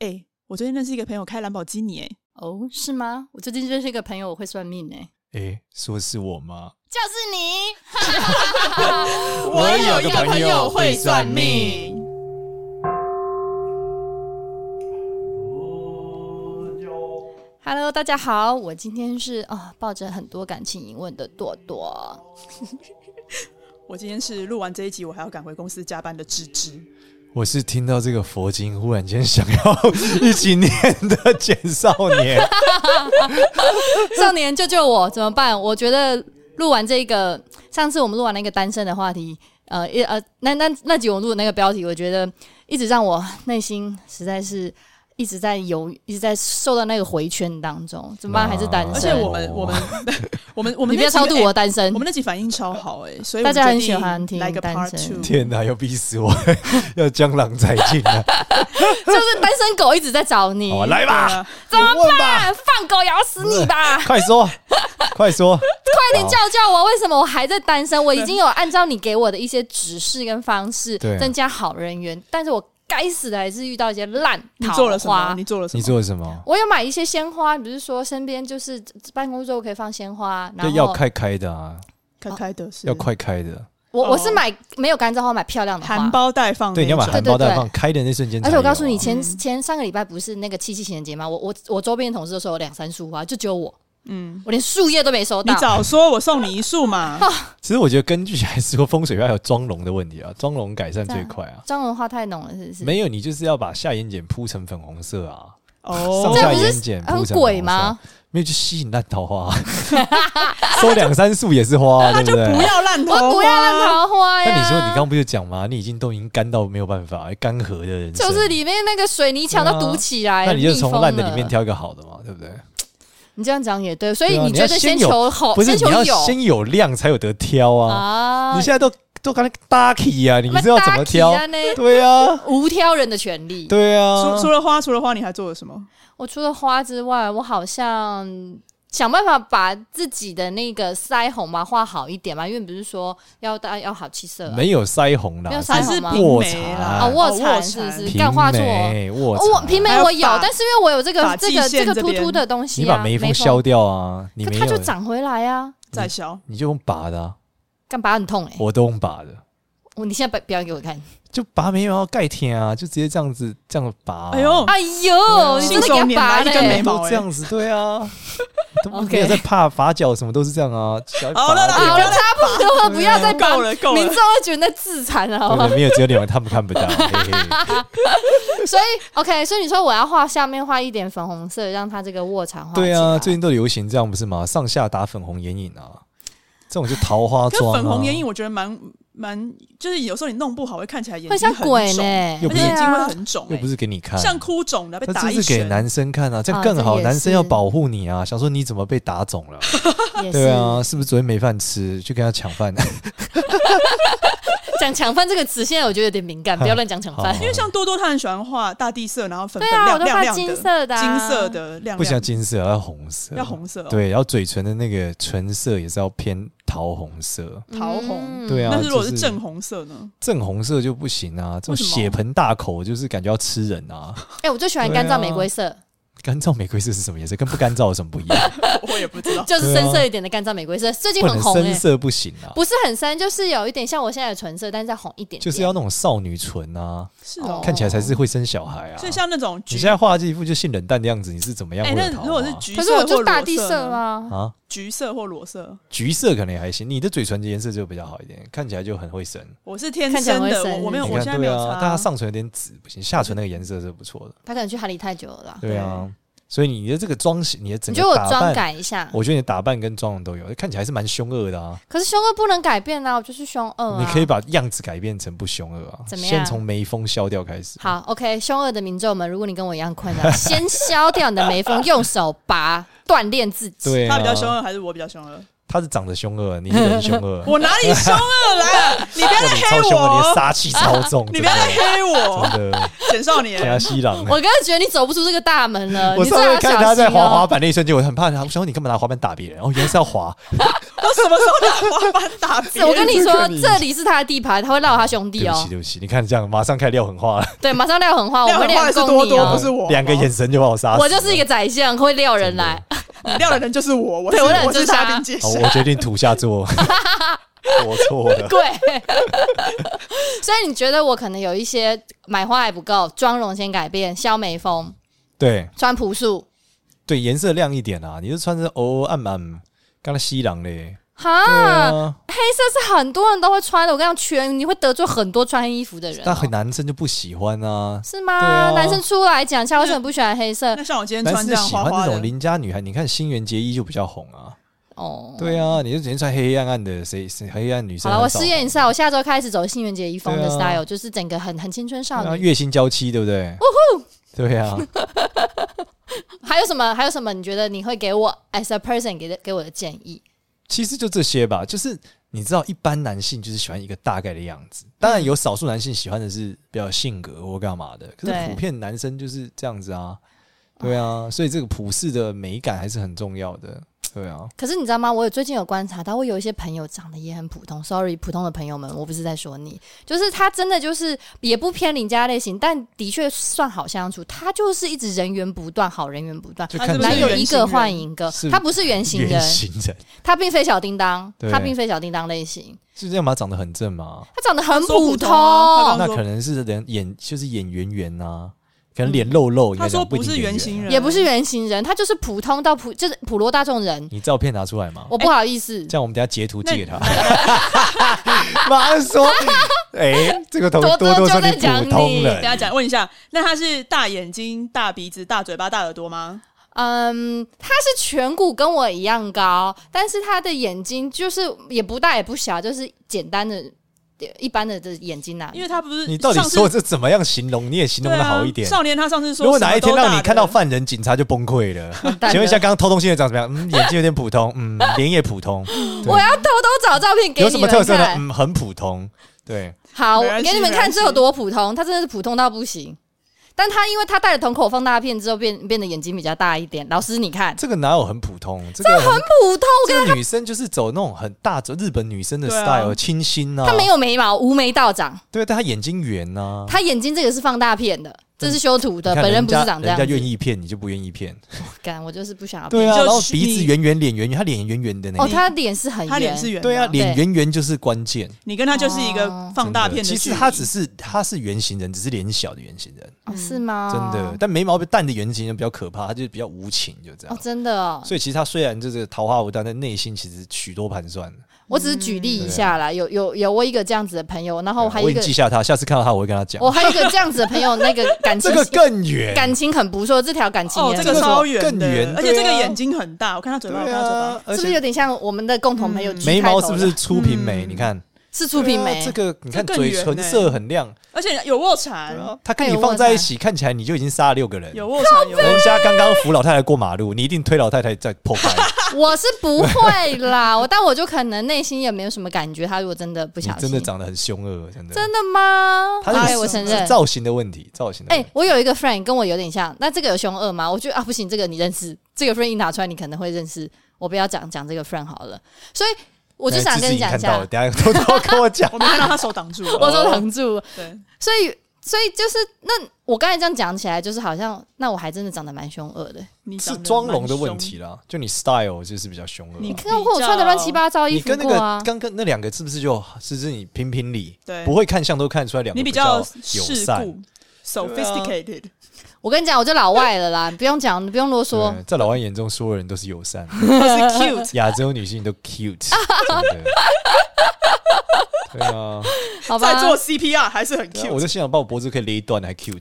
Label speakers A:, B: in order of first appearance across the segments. A: 哎、我最近认识一个朋友开兰博基尼、哎，
B: 哦，是吗？我最近认识一个朋友，我会算命哎、
C: 诶，说是我吗？
B: 就是你。
C: 我有个朋友会算命。
B: Hello，大家好，我今天是啊、抱着很多感情疑问的朵朵。
A: 我今天是录完这一集，我还要赶回公司加班的芝芝。
C: 我是听到这个佛经，忽然间想要一起念的简少年。
B: 少年救救我，怎么办？我觉得录完这个，上次我们录完那个单身的话题，呃，一呃，那那那集我录的那个标题，我觉得一直让我内心实在是。一直在犹，一直在受到那个回圈当中，怎么办？还是单身？
A: 而且我们我们我们我们
B: 哦你不要
A: 那集
B: 超度我
A: 哎
B: 的单身。
A: 我们那集反应超好哎、所以
B: 大家
A: 我们
B: 很
A: 决定
B: 喜欢听
A: 来个
B: 单
A: Part
B: 身
A: Two。
C: 天哪，要逼死我！要江郎才 尽了。
B: 就是单身狗一直在找你，
C: 好啊，来吧，
A: 啊
B: 怎么
C: 你问吧，
B: 办？放狗咬死你吧！
C: 快说，快说，
B: 快点教教我，为什么我还在单身？我已经有按照你给我的一些指示跟方式，
C: 对
B: 增加好人缘，但是我该死的还是遇到一些烂
A: 你
B: 桃
A: 做了什么？
B: 花
A: 你。做了什
C: 你
A: 么？
C: 做了什么？
B: 我有买一些鲜花，比如说身边就是办公桌可以放鲜花，然
C: 这
B: 后
C: 要开开的啊，
A: 开开的是
C: 要快开的。
B: 我
A: 哦
B: 我是买没有干燥花，买漂亮的花
A: 含。包待放那种，
C: 对，你要把
B: 对
C: 含苞
B: 对
C: 待
B: 对
C: 放，开的那瞬间才
B: 而
C: 有啊。
B: 且我告诉你，前
A: 嗯
B: 前上个礼拜不是那个七夕情人节吗？我我我周边的同事都收了两三束花，就只有我，
A: 嗯，
B: 我连树叶都没收
A: 你
B: 到。
A: 早说我送你一束 嘛。
C: 其实我觉得根据来说，风水还有妆容的问题啊，妆容改善最快啊。
B: 妆容花太浓了，是不是？
C: 没有，你就是要把下眼睑铺成粉红色啊，
A: 哦
C: 上，下
B: 不是
C: 眼睑
B: 很
C: 铺成
B: 啊鬼
C: 粉红
B: 吗？
C: 没有就吸引烂桃花、 啊，收两三束也是花、啊，对
A: 就
C: 不对？
A: 不要烂头，
B: 我不要烂。桃花呀！
C: 那你说你刚不就讲吗？你已经都已经干到没有办法，干涸的人生
B: 就是，里面那个水泥墙都堵起来，
C: 那你就从
B: 密封
C: 烂的里
B: 了
C: 面。挑一个好的嘛，对不对？
B: 你这样讲也对，所以
C: 对啊
B: 你
C: 你
B: 觉
C: 要
B: 得
C: 先有
B: 求好，
C: 不
B: 先
C: 是，你
B: 求
C: 要
B: 哦有
C: 先有量才有得挑啊！
B: 啊
C: 你现在都都刚才搭起呀，你知道怎么挑？
B: 那搭起啊呢
C: 对啊，
B: 无挑人的权利。
C: 对啊
A: 除。除了花，除了花，你还做了什么？
B: 我除了花之外，我好像想办法把自己的那个腮红嘛画好一点嘛，因为不是说要大要好气色啊。
C: 没有腮红
B: 没有
C: 啦，
B: 腮还
A: 是
B: 好吗
A: 平
C: 卧
A: 眉啦，
C: 蚕
B: 啊，卧蚕
A: 哦
B: 是不是？
C: 平
B: 干画错。
C: 眉卧
B: 哦我
C: 蚕啊
B: 平眉
A: 还有
B: 我有
A: 发，
B: 但是因为我有这个
A: 发
B: 这
A: 际
B: 个这
A: 线
B: 个
A: 这
B: 突
A: 边
B: 突的东西啊，
C: 你把眉峰削掉啊，你
B: 可
C: 没
B: 它就
C: 有，
B: 长回来啊，
A: 在销。
C: 你就用拔的啊，
B: 干拔很痛哎、
C: 我都用拔的，
B: 我你现在表表演给我看。
C: 就拔眉毛盖天啊，就直接这样子这样拔啊。
A: 哎呦，
B: 哎
A: 啊
B: 呦，你真的给它
A: 信手拈来一
B: 拔
A: 根
B: 嘞
A: 眉毛欸
C: 都这样子，对 啊，都
B: OK
C: 没有在怕发脚什么，都是这样啊。小
A: 好了，
C: 拔
A: 不要
B: 好了，
A: 再
B: 差 不多啊了，不要再 拔
A: 够了够
B: 民
A: 了。
B: 众会觉得自残了，好
C: 对
B: 吗？
C: 对没有，只有你们他们看 不到。嘿嘿
B: 所以 OK，所以你说我要画下面画一点粉红色，让它这个卧蚕画起来。
C: 对啊，最近都流行这样不是吗？上下打粉红眼影啊，这种就桃花
A: 可
C: 妆啊。
A: 粉红眼影，我觉得蛮蛮，就是有时候你弄不好会看起来眼
B: 会
A: 睛
B: 像
A: 很肿，
B: 鬼呢，
C: 又
A: 而
C: 不
A: 且
C: 是
A: 眼睛会
B: 啊
A: 很肿欸
C: 又，不是哎给你看，
A: 像哭肿的被
C: 他
A: 打
C: 这
A: 一
C: 是给
A: 拳。哦
C: 男生看啊，这样
B: 啊
C: 更
B: 这
C: 好。
B: 也是
C: 男生要保护你啊，想说你怎么被打肿了？
B: 也
C: 对
B: 是
C: 啊，是不是昨天没饭吃，去跟他抢 饭？
B: 讲抢饭这个词，现在我觉得有点敏感，不要乱讲抢饭
C: 好。
A: 因为像多多他很喜欢画大地色，然后粉
B: 对
A: 粉
B: 啊，
A: 亮
B: 我都
A: 亮
B: 画
A: 亮
B: 金
A: 的、
B: 色的啊，
A: 金色的亮
C: 不像
A: 亮，
C: 金色，要红色，
A: 要红色哦。
C: 对，然后嘴唇的那个唇色也是要偏桃红色，
A: 桃红
B: 嗯
C: 对啊
A: 但是如果是
C: 就是
A: 正红色呢？
C: 正红色就不行啊，这种
A: 为什么
C: 血盆大口就是感觉要吃人啊。
B: 哎，我最喜欢干燥玫瑰色，
A: 啊
C: 干燥玫瑰色是什么颜色？跟不干燥有什么不一 样？
A: 我也不知 道。
B: 就是
C: 对啊
B: 深色一点的干燥玫瑰色，最近
C: 不
B: 很
C: 能
B: 红
C: 深
A: 欸
B: 哎，
C: 色不行啊，
B: 不是很深，就是有一点像我现在的唇色，但是再红一点点，
C: 就是要那种少女唇啊，
A: 是
B: 哦
A: 哦，
C: 看起来才是会生小孩啊。
A: 所以像那种
C: 你
A: 橘
C: 现在画这一副就性冷淡的样子，你是怎么样
A: 哎、
C: 会
A: 那
C: 有桃花？
A: 如果是橘
B: 可
A: 色
B: 是我
A: 或
B: 就
A: 裸
B: 大地
A: 色
B: 色
A: 呢
B: 啊，
C: 啊，
A: 橘色或裸色，
C: 橘色可能也还行，你的嘴唇的颜色就比较好一点，看起来就很会生。
A: 我是天
B: 看起来
A: 生
B: 会
A: 的，
B: 生
A: 我我没有，
C: 你
A: 我现在
C: 看
A: 没
C: 对
A: 有
C: 啊
A: 擦。，
C: 但它上唇有点紫不行，下唇那个颜色是不错的。
B: 他可能去海里太久了啦。
C: 对啊，所以你的这个妆型，你的
B: 你
C: 整
B: 觉得我
C: 个打
B: 妆
C: 扮，
B: 改一下？
C: 我觉得你的打扮跟妆容都有，看起来还是蛮凶恶的啊。
B: 可是凶恶不能改变啊，我就是凶恶啊。
C: 你可以把样子改变成不凶恶啊，
B: 怎么样
C: 先从眉峰削掉开始。
B: 好，OK，凶恶的民众们，如果你跟我一样困扰， 先削掉你的眉峰，用手拔，锻炼自己。
C: 对、啊，
A: 他比较凶，恶还是我比较凶恶？，
C: 他是长得凶恶，你人凶恶
A: 我哪里凶恶 啦？你不要
C: 哇
A: 再
C: 你超
A: 黑
C: 凶恶，你的
A: 我，哦
C: 杀气超重，
A: 你不要再黑我，
C: 真的啊
A: 简少
C: 真的加
A: 年。
C: 西郎。
B: 我刚刚觉得你走不出这个大门了，
C: 欸 我
B: 你
C: 上
B: 最好
C: 回看
B: 小
C: 他在
B: 心
C: 滑滑
B: 哦。
C: 板那一瞬间，我很怕他。我想说你干嘛拿滑板打别人？哦，原来是要滑。
A: 我什么时候打滑板打别
B: 是我跟
A: 人？
B: 你
C: 这
B: 说
C: 个，你
B: 这里是他的地盘，他会绕他兄弟
C: 对不
B: 哦
C: 起，。对不起，你看这样，马上开始撂狠话了，
B: 对，马上撂狠 话，我
A: 廖
B: 们
A: 的话
B: 俩
A: 是
B: 共
A: 多
B: 你
A: 多，不
B: 哦。
A: 是我。
C: 两个眼神就把我杀死了。
B: 我就是一个宰相，会撂人来。
A: 料的人就是我，我
B: 对
A: 是
B: 我忍
A: 我是
B: 住他
A: 嘉宾介
C: 好，
A: 绍。
C: 哦我决定土下 座，我错了。
B: 对， 所以你觉得我可能有一些买花还不够，妆容先改变，消眉峰，
C: 对
B: 穿朴素。
C: 对，颜色亮一点啊！你就穿着欧暗暗，刚才西朗嘞。对
B: 哈，
C: 啊，
B: 黑色是很多人都会穿的，我跟你讲，全你会得罪很多穿黑衣服的人哦、
C: 但很男生就不喜欢啊。
B: 是吗？
C: 对啊
B: 男生出来讲一下，为什么不喜欢黑色？
A: 那像我今天
C: 男
A: 穿
C: 生
A: 这
C: 就
A: 样
C: 喜
A: 花
C: 欢
A: 花
C: 那
A: 的
C: 种，邻家女孩，你看新垣结衣就比较红啊。
B: 哦，
C: 对啊，你就直接穿黑暗暗的，谁谁黑暗女
B: 好
C: 生很
B: 了，
C: 少
B: 我
C: 红？
B: 试验一下，我下周开始走新垣结衣风的
C: 对啊
B: style，、就是整个很很青春
C: 对
B: 少
C: 啊，
B: 女。
C: 月薪娇妻，对不对？对啊，
B: 还有什么？还有什么？你觉得你会给我 as a person 给的给我的建议？
C: 其实就这些吧。就是你知道，一般男性就是喜欢一个大概的样子，当
A: 嗯
C: 然有少数男性喜欢的是比较性格或干嘛的，可
B: 对
C: 是普遍男生就是这样子啊。对啊，所以这个普世的美感还是很重要的。对啊，
B: 可是你知道吗？我有最近有观察到，我有一些朋友长得也很普通。Sorry，普通的朋友们，我不是在说你，就是他真的就是也不偏邻家类型，但的确算好相处。他就是一直人缘不断，好人缘不断，
C: 就
A: 他
C: 看
A: 是不
C: 起
A: 是
B: 男
C: 来
B: 友
A: 圆
B: 一
A: 形
B: 个
A: 人
B: 换一个，
C: 是
B: 他不是圆形
C: 圆
B: 人，
C: 形人，
B: 他并非小叮当，
C: 对
B: 他并非小叮当类型，
C: 就这样嘛，长得很正嘛。
B: 他长得很
A: 说
B: 普
A: 普通啊他刚
B: 通，
C: 那
A: 说
C: 可能是脸眼就是眼圆圆呐，啊可能脸肉肉。应
A: 嗯他
C: 该
A: 说
C: 讲不一
A: 不
C: 定
A: 是
C: 圆
A: 圆形人，
B: 也不是圆形人，他就是普通到普，就是普罗大众人。
C: 你照片拿出来嘛？
B: 我不
A: 哎
B: 好意思，
C: 这样我们等一下截图借他。 马 上说，哎、这个同
B: 多
C: 多
B: 多
C: 多
B: 就
C: 说你
B: 在讲
C: 普通
B: 你
A: 等一下
C: 人，
A: 讲问一下，那他是大眼睛、大鼻子、大嘴巴、大耳朵吗？
B: 嗯，他是颧骨跟我一样高，但是他的眼睛就是也不大也不小，就是简单的一般的的眼睛啊呐、
A: 因为他不是
C: 哎你到底
A: 上次
C: 说这怎么样形容？你也形容
A: 对
C: 的
A: 啊
C: 好一点。
A: 少年他上次说，
C: 如果哪一天让你看到
A: 饭，
C: 犯人，警察就崩溃了。
B: 蛋了
C: 请问一下，刚刚偷东西的长怎么样？嗯，眼睛有点普通， 嗯，脸也普通，
B: 我要偷偷找照片给
C: 有
B: 你
C: 什么
B: 们
C: 特色呢？
B: 看。
C: 嗯，很普通。对，
B: 好，
A: 没关
B: 我
A: 系
B: 给你们
A: 没关
B: 看
A: 系
B: 这有多普通，他真的是普通到不行。但他因为他戴了瞳孔放大片之后变变得眼睛比较大一点。老师，你看
C: 这个哪有很普通？这个很
B: 普通，
C: 这个女生就是走那种很大走日本女生的
A: 对啊
C: style，清新啊。
B: 他没有眉毛，无眉道长，
C: 对，但她眼睛圆呐。
B: 他眼睛这个是放大片的，这是修图的，
C: 你看
B: 本人不是
C: 家
B: 长这
C: 人
B: 样
C: 家愿
B: 子。
C: 意骗你就不愿意骗。
B: 干，我就是不想要
C: 对
B: 变。
C: 啊，
A: 就
C: 然后
A: 是
C: 鼻子
A: 你
C: 圆圆，脸圆圆，他脸圆圆的呢
B: 哦，。他脸是很圆，
A: 他脸是圆，
C: 对啊，
A: 啊，
C: 脸圆圆就是关键。
A: 你跟他就是一
B: 哦
A: 个放大
C: 真
A: 片
C: 的
A: 的距
C: 其
A: 离。
C: 实他只是他是圆形人，只是脸小的圆形人，
B: 哦是吗？
C: 真的。但眉毛淡的圆形人比较可怕，他就是比较无情，就这
B: 哦
C: 样，。
B: 真的哦。
C: 所以其实他虽然就是桃花无单，但内心其实许多盘算。
B: 我只是举例一下啦，有有有我一个这样子的朋友，然哦后我还有
C: 我
B: 一
C: 已
B: 个
C: 经记下他，下次看到他我会跟他讲
B: 我。还有一个这样子的朋友，那个感 情
C: 这个更远，
B: 感情很不错，这条感情
A: 哦，
B: 也
A: 这
B: 很
A: 个超圆的，
C: 更圆
A: 而且这个
C: 对啊
A: 眼睛很大，我看他嘴
C: 对
A: 巴，我看他嘴巴
C: 啊，，而
B: 是不是
C: 且
B: 有点像我们的共同朋友？
C: 眉毛是不是粗平眉？
A: 嗯
C: 你看
B: 是粗平
C: 对
B: 眉
C: 啊这？个你看
A: 这更
C: 嘴
A: 圆
C: 唇色很亮，
A: 而且有卧
C: 对
A: 蚕，
C: 啊他跟你放在一起，看起来你就已经杀了六个人。
A: 有卧蚕，有卧
C: 人家刚刚扶老太太过马路，你一定推老太太在破开。
B: 我是不会啦， 我但我就可能内心也没有什么感觉。他如果真 的不
C: 你
B: 小心，
C: 真的长得很凶恶，真的。
B: 真的吗？
C: 他那
B: 哎
C: 个
B: 我
C: 是
B: 承
C: 是
B: 认。
C: 造型的问题，造型的
B: 哎、
C: 问题。
B: 我有一个 friend 跟我有点像，那这个有凶恶吗？我觉得啊，不行，这个你认识，这个 friend 一拿出来你可能会认识。我不要讲讲这个 friend 好了，所以我就想
C: 哎这
B: 跟
C: 是
B: 你讲一
C: 看到哦
B: 下
C: 了，，等一 下偷偷跟我讲
A: 。我没看到他手挡住了，哦
B: 我说忍住，
A: 对，
B: 所以所以就是那我刚才这样讲起来，就是好像那我还真的长得蛮凶恶的，
A: 你长
C: 是
A: 得
C: 妆容的
A: 蛮
C: 问
A: 凶
C: 题啦，就你 style 就是比较凶恶
A: 你
C: 啊。
B: 看到过我穿的乱七八糟
C: 你
B: 衣服
C: 跟那
B: 过啊
C: 个。刚跟那两个是不是就是是你评评理，
A: 对
C: 不会看相都看出来两个
A: 你比较
C: 较友
A: 世
C: 善。
A: 故，sophisticated，
B: 啊 我跟你讲，我就老外了啦，你不用讲，你不用啰嗦。
C: 对在老外眼中，所有人都是友 善，
A: 或是 cute，
C: 亚洲女性都 cute，真 的。对啊，
B: 好吧
A: 在？做 CPR 还是很
C: 对啊
A: cute。
C: 我就心想把我脖子可以勒断的还 cute，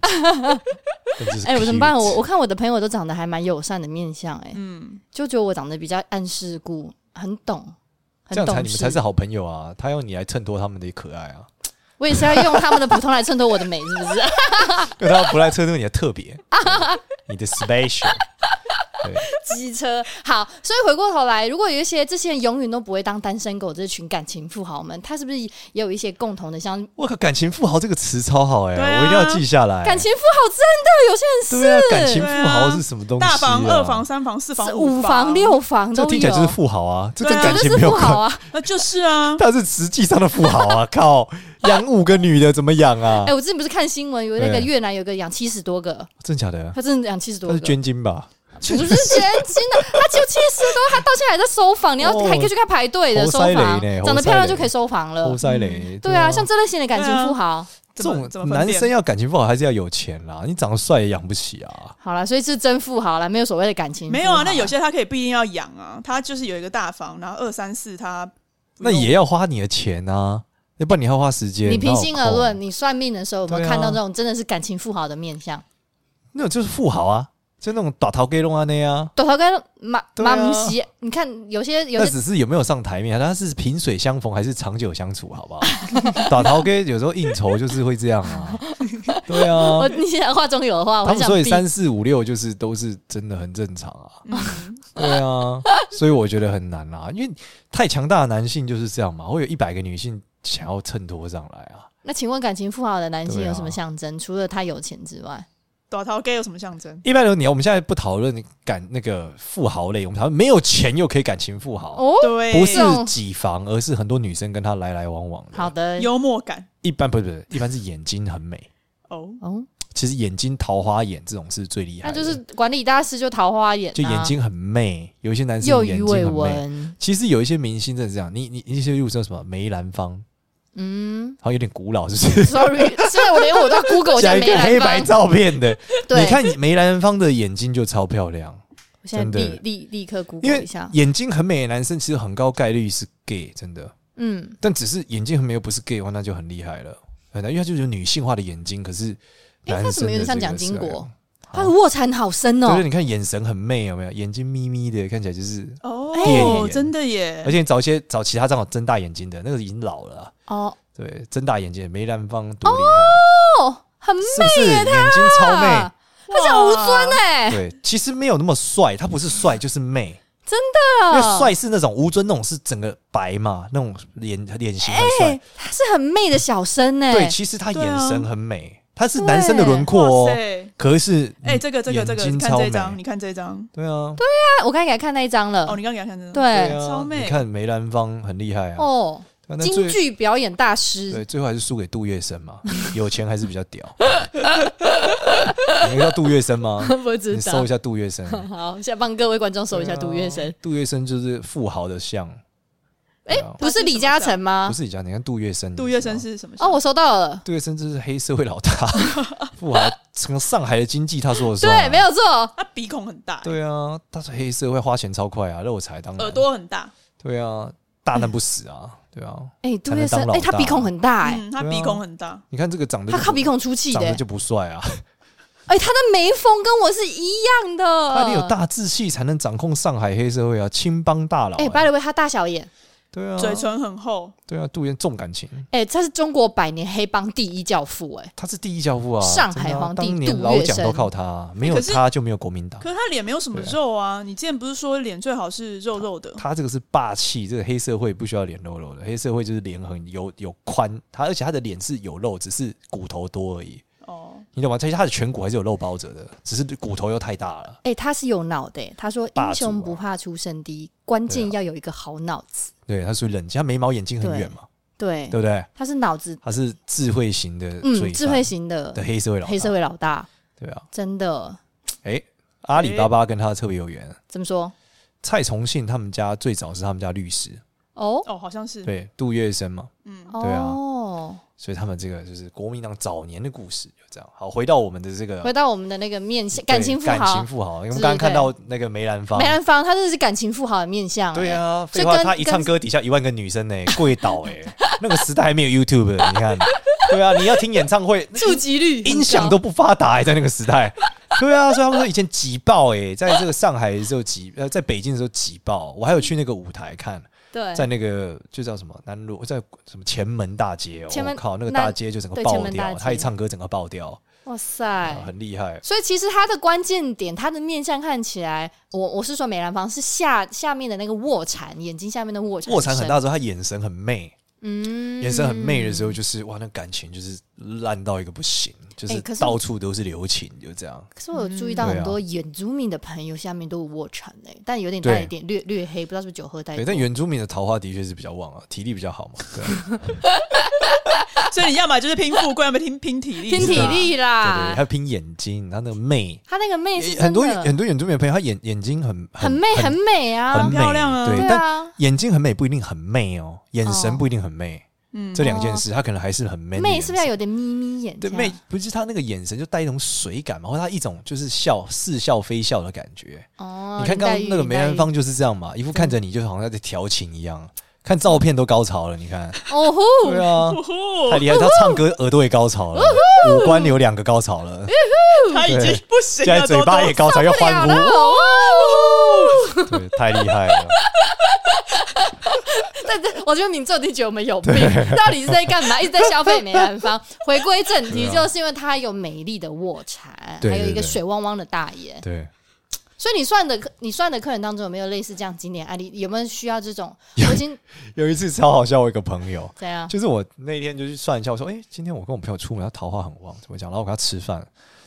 C: 真的是
B: 哎、我怎么办？
C: cute
B: 我我看我的朋友都长得还蛮友善的面相、哎，
A: 嗯，
B: 就觉得我长得比较暗世故，很懂，很
C: 这样
B: 懂
C: 才
B: 事。
C: 你们才是好朋友啊！他用你来衬托他们的可爱啊，
B: 我也是要用他们的普通来衬托我的美，是不是？
C: 因为他不来衬托你的特别，你的 special。对，
B: 机车。好，所以回过头来，如果有一些这些人永远都不会当单身狗这群感情富豪们，他是不是也有一些共同的像
C: 我靠，感情富豪这个词超好哎、
A: 对啊
C: 我一定要记下来。
B: 感情富豪？真的有些人是
C: 对啊，感情富
A: 对啊
C: 豪是什么东西、啊？
A: 大房、二房、，三房、四房、
B: 五
A: 房
B: 房、，六房
C: 这
B: 都有，
C: 听起来就是富豪啊，这跟
A: 对啊
C: 感情
B: 哦绝对
C: 没
B: 是
C: 有
B: 富
C: 关
B: 豪啊！
A: 那就是 啊，
C: 他是实际上的富豪啊！靠，养五个女的怎么养啊
B: 哎、？我之前不是看新闻，有那个
C: 对
B: 越南有个养七十多个，
C: 真假的？
B: 他真的养七十多
C: 他
B: 个
C: 是，捐精吧？
B: 不是捐精的，他只有七十多，他到现在还在收房，你要
C: 哦
B: 还可以去看排队的
C: 猴
B: 收
C: 塞雷
B: 房
C: 呢，猴
B: 长得
C: 塞
B: 漂亮
C: 雷
B: 就可以收房了
C: 欧。塞雷，
B: 呃对啊，像这类型的感
A: 对
B: 情
A: 啊
B: 富豪，
C: 这
A: 怎么
C: 种
A: 怎么分
C: 男
A: 辨
C: 生要感情富豪还是要有钱啦，你长得帅也养不起啊。
B: 好了，所以是真富豪了，没有所谓的感情。
A: 没有啊？那有。些他可以不一定要养啊，他就是有一个大房，然后二三四他不
C: 那
A: 用
C: 也要花你的钱啊，要不然你还要花时间。
B: 你平
C: 哪有
B: 心而
C: 空
B: 论，，你算命的时候有没
C: 对
B: 有
C: 啊
B: 看到这种真的是感情富豪的面相？
C: 那种就是富豪啊，就那种打桃给弄啊那样啊。
B: 朵头跟马
C: 对啊
B: 马姆西，你看有些有
C: 那
B: 些
C: 只是有没有上台面，他是萍水相逢还是长久相处，好不好？ 打桃给有时候应酬就是会这样啊，对啊
B: 我。你现在哦话中有话，我
C: 他
B: 很
C: 们
B: 想
C: 所以
B: 逼
C: 三四五六就是都是真的很正常啊，
A: 嗯
C: 对啊，所以我觉得很难啦、因为太强大的男性就是这样嘛，会有一百个女性想要衬托上来啊。
B: 那请问感情富豪的男性
C: 对啊
B: 有什么象征？除了他有钱之外，
A: 短桃 gay 有什么象征？
C: 一般人你我们现在不讨论感那个富豪类，我们讨论没有钱又可以感情富豪，
B: 哦，
A: 对，
C: 不是
B: 这种
C: 几房，而是很多女生跟他来来往往的。
B: 好，的，
A: 幽默感
C: 一般不是不是，一般是眼睛很美，
A: 哦，
B: 哦，
C: 其实眼睛桃花眼这种是最厉害
B: 那
C: 的，
B: 就是管理大师就桃花眼、啊，
C: 就眼睛很媚，有一些男
B: 又
C: 生眼
B: 鱼
C: 睛
B: 尾
C: 很媚。
B: 纹，
C: 其实有一些明星真的是这样，你你你一些例如说什么梅兰芳，
B: 嗯
C: 好像有点古老，是不是？
B: ，sorry，所以我 连我都 Google
C: 讲
B: 下
C: 一
B: 梅
C: 个黑
B: 兰
C: 白
B: 芳，
C: 照片的，
B: 对，
C: 你，看梅兰芳的眼睛就超漂亮，
B: 我现在
C: 真的
B: 立立立刻
C: 因
B: Google
C: 为
B: 一下，
C: 眼睛很美的男生其实很高概率是 gay，真的。
B: 嗯，
C: 但只是眼睛很美又不是 gay 的话，那就很厉害了，很难，因为他就是有女性化的眼睛，可是
B: 诶
C: 男
B: 他怎
C: 生
B: 么有点
C: 的
B: 像
C: 这
B: 蒋
C: 个
B: 经
C: 是还
B: 国
C: 好？
B: 他的卧蚕好深
C: 对
B: 哦
C: 对，，你看眼神很媚，有没有？眼睛眯眯的，看起来就是。电
A: 哦
C: 影，哎
A: 真的耶
C: 而！且你找一些找其他这种睁大眼睛的，那个已经老了啊。
B: 哦
C: 对，睁大眼睛的梅兰芳多厉害，
B: 哦，很美
C: 是不是？眼睛超媚
B: 啊。，他叫吴尊
A: 哇
B: 哎，
C: 对，其实没有那么帅，他不是帅就是媚，因
B: 真
C: 为
B: 的
C: 帅是那种吴尊那种是整个白嘛，那种脸脸型很帅
B: 哎。，他是很媚的小生哎，
C: 对，其实他
A: 对啊
C: 眼神很美，他是男生的轮廓
A: 哇
C: 哦。
A: 塞！
C: 可是，
A: 哎，这个这个这个，
C: 眼
A: 你
C: 睛
A: 看
C: 超
A: 这
C: 美
A: 一张，你看这一张，
C: 对啊，
B: 啊我刚才给他看那一张
A: 哦，
B: 了，
A: 你刚刚给他看这张，
B: 对，
C: 啊，
A: 超媚
C: 你看梅兰芳很厉害啊，
B: 哦，
C: 但那
B: 京
C: 最
B: 剧表演大师
C: 对，最后还是输给杜月笙嘛， 有钱还是比较屌。 你知道杜月笙吗？
B: 不 知
C: 你
B: 道
C: 搜一。下杜月笙，
B: 好，先帮各位观 众搜一下杜月
C: 对
B: 笙
C: 啊，杜月笙就是富豪的像，哎，
B: 不是李嘉诚吗
C: 不？是李嘉诚，你看杜月笙，
A: 杜
C: 你
A: 月
C: 知道
A: 笙
C: 吗
A: 是什么？
B: 哦，我收到了，
C: 杜月笙就是黑社会老大， 富豪，从上海的经济他说了算啊。
B: 对，没有错，
A: 他鼻孔很大，
C: 对啊，他是黑社会，花钱超快啊，肉财当然。
A: 耳朵很大，
C: 对啊，大难不死啊，对啊。
B: 哎，杜月
C: 才
B: 笙，
C: 能当老
B: 哎，他
C: 大
B: 鼻孔很大，哎，
A: 嗯，他
C: 对啊
A: 鼻孔很大，
C: 你看这个长得就
B: 他
C: 不，
B: 靠鼻孔出气的
C: 长得
B: 欸，
C: 就不帅啊，
B: 哎，他的眉峰跟我是一样 的，
C: 他得有，大志气才能掌控上海黑社会啊，青帮大佬、
B: 哎，by the way，他大小眼，
C: 对啊，
A: 嘴唇很厚，
C: 对啊，杜源重感情，
B: 哎，他是中国百年黑帮第一教父，哎，
C: 他是第一教父啊，
B: 上海
C: 真的啊
B: 皇帝
C: 当
B: 杜
C: 年
B: 月
C: 老蒋
B: 笙哎
C: 都靠他啊、没有
A: 可是
C: 他就没有国民党
A: 可。是他脸没有什么肉啊。你之前不是说脸最好是肉肉的？
C: 他这个是霸气，这个黑社会不需要脸肉肉的，黑社会就是脸很有有宽，他而且他的脸是有肉，只是骨头多而已，
A: 哦，
C: 你懂吗？其实他的颧骨还是有肉包着的，只是骨头又太大了。
B: 哎，他是有脑的，哎他说
C: 霸
B: 英雄
C: 主啊
B: 不怕出身低，关键
C: 对
B: 要有一个好脑子，
C: 对，他属于冷静，他眉毛眼睛很远嘛，
B: 对
C: 对，不对？
B: 他是脑子，
C: 他是智慧型的罪犯，
B: 嗯，智慧型的
C: 的黑社会老大，
B: 黑社会老大，
C: 对啊。
B: 真的
C: 哎，阿里巴巴跟他特别有缘。
B: 怎么说？
C: 蔡崇信他们家最早是他们家律师，
B: 哦
A: 哦，好像是，
C: 对，杜月笙嘛，
A: 嗯，
C: 对啊
B: 哦。
C: 所以他们这个就是国民党早年的故事，就这样。好，回到我们的这个
B: 回到我们的那个面相，
C: 对
B: 感情富
C: 感
B: 豪
C: 情，富豪，因为
B: 对
C: 我们
B: 对
C: 刚刚看到那个梅兰芳
B: 梅，兰芳他真的是感情富豪的面相、
C: 对
B: 哎，
C: 啊，
B: 所以
C: 废话，
B: 跟
C: 他一唱歌底下一万个女生呢，跪倒哎， 那个时代还没有 YouTube，你看，对啊，你要听演唱会，
B: 触及率很 高
C: 音响都不发达、欸，在那个时代。对啊，所以他们说以前挤爆哎、在这个上海的时候挤，呃，在北京的时候挤爆。我还有去那个舞台看，
B: 对，
C: 在那个就叫什么南路，在什么前门大街哦，
B: 前门
C: 我靠，那个
B: 那
C: 大街就整个
B: 对前
C: 爆
B: 门大
C: 掉，
B: 街哎
C: 他一唱歌整个爆掉，
B: 哇
C: 啊
B: 塞。
C: 很厉害。
B: 所以其实它的关键点，它的面相看起来，我我是说美兰芳是下下面的那个卧蚕，眼睛下面的卧蚕，
C: 卧蚕很大，的时候，他眼神很媚，
B: 嗯，
C: 眼神很媚的时候，就是哇，那感情就是烂到一个不行，就
B: 哎
C: 是
B: 可是
C: 到处都是留情，就这样。
B: 可是我有注意到
C: 嗯
B: 很
C: 对
B: 多原住民的朋友下面都有卧蚕诶，但有点
C: 对
B: 带一点略略黑，不知道是不是酒喝太
C: 对，
B: 多。
C: 哎但原住民的桃花的确是比较旺啊，体力比较好嘛， 对啊，
A: 所以你要么就是拼富贵，要么拼拼体力，
B: 拼体力
C: 对对对，
B: 啦
C: 还，有拼眼睛，然后那个媚，哎
B: 他那个妹哎是
C: 很多
B: 真的
C: 很多原住民的朋友，他眼眼睛很
B: 很媚很美
C: 很
B: 啊，
C: 美
A: 漂亮啊
C: 对，
B: 对
C: 但
B: 啊，
C: 眼睛很美不一定很媚哦，眼神不一定很媚，
A: 嗯
C: 这两件事，他可能还是很 man 的
B: 妹
C: 眼
B: 是
C: 神。
B: 不是要有点眯眯眼这
C: 对
B: 样？
C: 媚不是他那个眼神就带一种水感嘛，或者他一种就是笑似笑非笑的感觉。
B: 哦，
C: 你看刚刚那个梅兰芳就是这样嘛，一副看着你就好像在调情一样，看照片都高潮了，你 看，
B: 林黛玉，哦吼，
C: 对啊，
A: 呼呼
C: 太厉害，他唱歌耳朵也高潮了，五官有两个高潮 了，
A: 他已经
C: 对
A: 不行
C: 现在
A: 了，
C: 嘴巴
A: 多多
C: 也高潮，要欢
B: 了
C: 呼，
B: 哦
C: 对，太厉害了。
B: 但这我觉得民众你觉得我们有病，到底是在干嘛？一直在消费梅兰 芳。回归正题，
C: 对
B: 就
C: 啊
B: 是因为她有美丽的卧蚕，
C: 对
B: 还有一
C: 对
B: 个
C: 对
B: 水汪汪的大眼。
C: 对，
B: 所以你算的客，你算的客人当中有没有类似这样经典案例？有没有需要这种？
C: 有
B: 我已经
C: 有一次超好笑，我一个朋友，
B: 怎样？
C: 就是我那天就去算一下，我说，哎、今天我跟我朋友出门，他桃花很旺，怎么讲？然后我跟他吃饭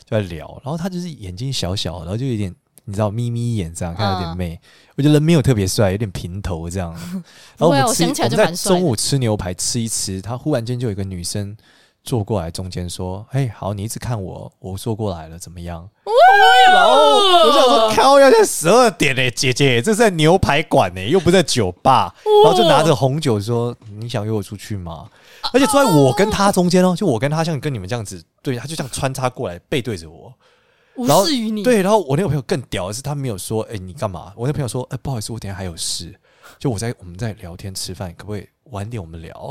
C: 就在聊，然后他就是眼睛小小的，然后就有点你知道眯眯眼这样，看着有点媚。我觉得人没有特别帅，有点平头 这样。然
B: 不
C: 后我
B: 会啊
C: 们吃，
B: 我想起来就
C: 们在
B: 蛮帅的
C: 中午吃牛排吃一吃，他忽然间就有一个女生坐过来，中间说，哎、好，你一直看我，我坐过来了，怎么样？
B: 哦
C: 然后我就想说，靠，要在十二点呢、姐姐，这是在牛排馆呢、又不是在酒吧。
B: 哦
C: 然后就拿着红酒说：“你想约我出去吗？”
B: 啊
C: 而且坐在我跟他中间哦，就我跟他像跟你们这样子，对，他就这样穿插过来，背对着我。
B: 无
C: 然后
B: 视于你，
C: 对，然后我那个朋友更屌的是，他没有说：“哎、你干嘛？”我那朋友说：“哎、不好意思，我等一下还有事。”就我在我们在聊天吃饭，可不可以晚点我们聊？